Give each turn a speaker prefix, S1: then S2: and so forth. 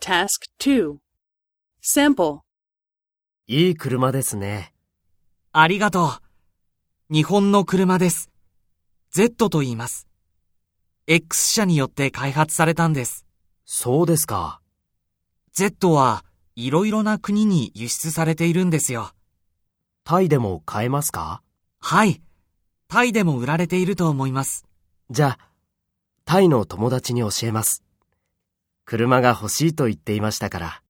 S1: Task 2 Sample
S2: いい車ですね。
S3: ありがとう。日本の車です。Z と言います。X 社によって開発されたんです。
S2: そうですか。
S3: Z はいろいろな国に輸出されているんですよ。
S2: タイでも買えますか
S3: はい。タイでも売られていると思います。
S2: じゃあ、タイの友達に教えます。車が欲しいと言っていましたから。